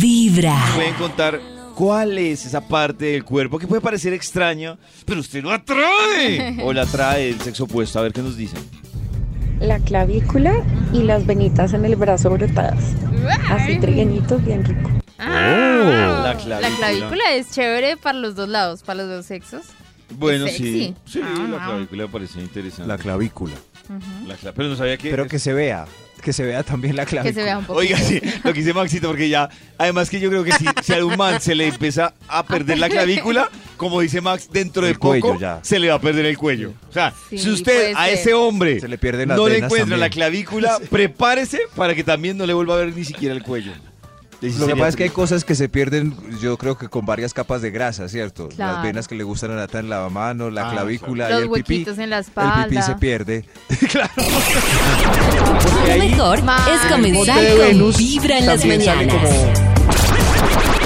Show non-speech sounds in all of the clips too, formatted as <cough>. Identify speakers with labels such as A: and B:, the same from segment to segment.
A: Vibra.
B: pueden contar cuál es esa parte del cuerpo que puede parecer extraño, pero usted lo atrae. O la atrae el sexo opuesto. A ver qué nos dicen.
C: La clavícula y las venitas en el brazo brotadas. Así trigueñitos, bien rico.
B: Oh. La
D: la,
B: clavícula.
D: clavícula. es chévere para los dos lados, para los dos sexos.
B: Bueno, sí.
D: Sexy.
B: Sí,
D: Ah,
B: la
D: ah.
B: clavícula parece interesante.
E: La clavícula.
B: La cla- pero no sabía que.
E: Pero que se vea. Que se vea también la
D: Que
E: clavícula.
D: se vea un poco.
B: Oiga, sí, lo que dice Maxito, porque ya. Además, que yo creo que si, si a un man se le empieza a perder la clavícula, como dice Max, dentro de
E: El cuello
B: poco
E: ya.
B: se le va a perder el cuello. O sea,
D: Sí,
B: si usted
D: puede
B: a
D: ser.
B: ese hombre
E: Se le pierden las
B: no le
E: venas
B: encuentra la
E: también. <laughs>
B: clavícula, prepárese para que también no le vuelva a ver ni siquiera el cuello. Y sí
E: Lo que
B: sería
E: pasa es que hay
B: triste.
E: cosas que se pierden, yo creo que con varias capas de grasa, ¿cierto? Las
D: Claro.
E: venas que le gustan a Nata en la mano, la
B: Ah,
E: clavícula
D: claro.
E: y el
D: Los
E: pipí.
D: huequitos en la
E: El pipí
D: espalda.
E: se pierde. <laughs>
A: Lo mejor
D: Man,
A: es comenzar
D: Monte de
A: con
E: Venus
A: Vibra en las
E: también sale
A: mañanas.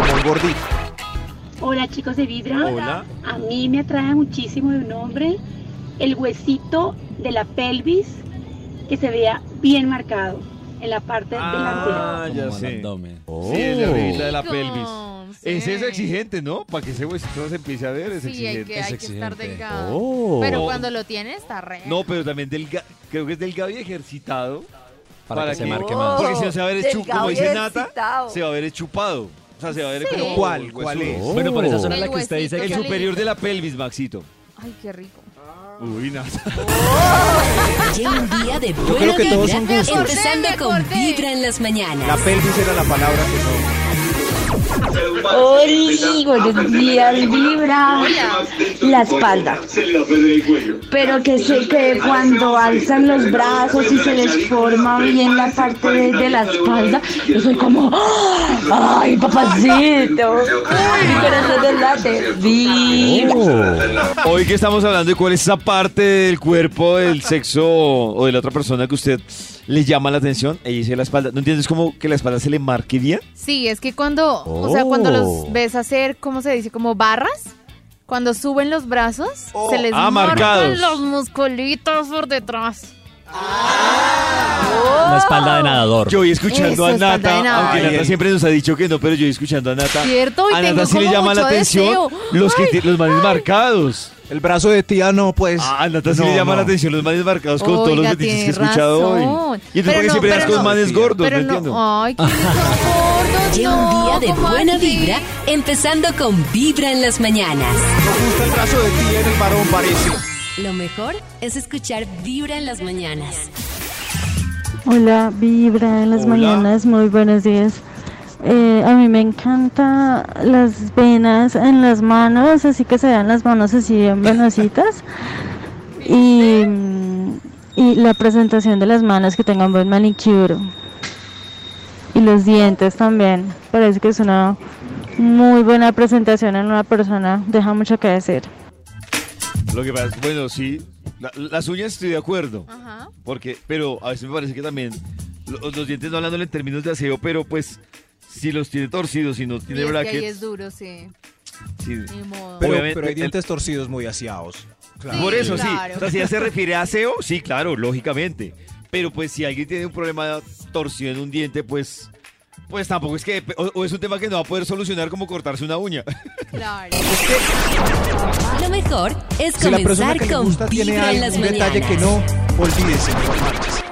E: Como un gordito.
F: Hola chicos de Vibra.
B: Hola.
F: A mí me atrae muchísimo de un hombre el huesito de la pelvis que se vea bien marcado en la parte delantera.
B: Ah, ya
G: Como el
B: sé.
G: abdomen.
B: Sí, es
E: Oh.
B: la orejita de la
D: Chicos,
B: pelvis.
D: sí.
B: Ese es exigente, ¿no? Para que ese huesito se empiece a ver, es
D: Sí, hay
B: exigente.
D: que, hay que estar
G: exigente.
D: delgado.
G: Oh.
D: Pero
B: Oh.
D: cuando lo tiene, está re.
B: No, pero también delga- creo que es delgado y ejercitado.
G: Para, que, se marque más.
B: Porque si no se va a ver es chu-
H: Delgado
B: como
H: y
B: dice Nata,
H: excitado.
B: se va a ver es chupado. O sea, se va a ver
D: Sí.
B: como
E: ¿Cuál? ¿Cuál es?
B: huesudo.
G: Bueno, por esa zona
D: El
G: en la que usted
D: huesito
G: dice
B: El
D: que-
G: que
B: superior de la pelvis, Maxito.
D: Ay, qué rico.
B: Uy, Nata.
A: Lleva un día de buena
E: creo que todos son
A: vibra,
E: gustos.
A: empezando
D: Me
A: con
D: acordé.
A: Vibra en las
E: La
A: mañanas.
E: pelvis era la palabra que
C: Hola, buenos días, Vibra. La espalda. Pero que, se, que cuando alzan los brazos y se les forma bien la parte de, de la espalda, yo soy como, ¡ah! ¡ay, papacito! ¡Uy, mi corazón del late! ¡Vibra!
B: <laughs>
E: Oh.
B: Hoy que estamos hablando de cuál es esa parte del cuerpo, del sexo o de la otra persona que usted le llama la atención, ella dice la espalda. ¿No entiendes cómo que la espalda se le marque bien?
D: Sí, es que cuando, o sea, cuando
B: Oh.
D: los ves hacer, ¿cómo se dice? Como barras. Cuando suben los brazos, se les
B: Ah, marcados.
D: marcan los musculitos por detrás.
G: una espalda de nadador.
B: Yo voy escuchando
D: Eso,
B: a
D: espalda de
B: Nata,
D: nada.
B: aunque
E: Ay,
B: Nata
E: ay.
B: siempre nos ha dicho que no, pero yo voy escuchando a Nata.
D: Cierto, y
B: a Nata
D: tengo
B: sí le
D: como
B: llama la
D: mucho
B: atención
D: deseo.
B: los, que
D: Ay,
B: ti- los manes marcados.
E: son. El brazo de tía no, pues.
B: Ah, a Nata sí
E: No,
B: le llama
E: no.
B: la atención los manes marcados con todos los
D: Oiga,
B: fetiches que he
D: tiene
B: escuchado hoy.
D: razón.
B: Y entonces
D: Pero
B: porque
D: no,
B: siempre eras
D: pero
B: con
D: no.
B: manes gordos, no
D: Pero
B: entiendo.
D: no, oh. ay,
B: <laughs>
D: qué gordos,
A: Lleva un día
D: no,
A: de
D: ¿cómo
A: buena
D: así?
A: vibra, empezando con Vibra en las mañanas.
E: Me gusta el brazo de tía en el varón, parece.
A: Lo mejor es escuchar Vibra en las mañanas.
I: Hola, Vibra en las
B: Hola.
I: mañanas, muy buenos días. Eh, a mí me encanta las venas en las manos, así que se vean las manos así bien venositas. Y, mm, y la presentación de las manos, que tengan buen manicure. Y los dientes también. Parece que es una muy buena presentación en una persona, deja mucho que decir.
B: Lo que pasa es, bueno, sí, la- las uñas estoy de acuerdo.
D: Ajá.
B: Porque, pero a veces me parece que también lo- los, dientes no hablándole en términos de aseo, pero pues si los tiene torcidos, si no
D: Y
B: tiene
D: es que ahí
B: brackets.
D: es duro, Mm. sí.
B: sí.
D: Ni
B: <laughs>
D: modo.
E: Pero,
B: Obviamente,
E: pero hay
B: el-
E: dientes torcidos muy aseados. Claro.
D: Sí,
B: Por eso, sí.
D: claro.
B: O sea, si ya se refiere a aseo, sí, claro, lógicamente. Pero pues si alguien tiene un problema torcido en un diente, pues. Pues tampoco es que. O, o es un tema que no va a poder solucionar como cortarse una uña.
D: Claro.
A: Lo mejor es
E: Si la persona
A: comenzar
E: que le
A: con
E: gusta tiene
A: Vibra en las
E: algún detalle
A: mañanas.
E: que no, olvídese. no lo marches.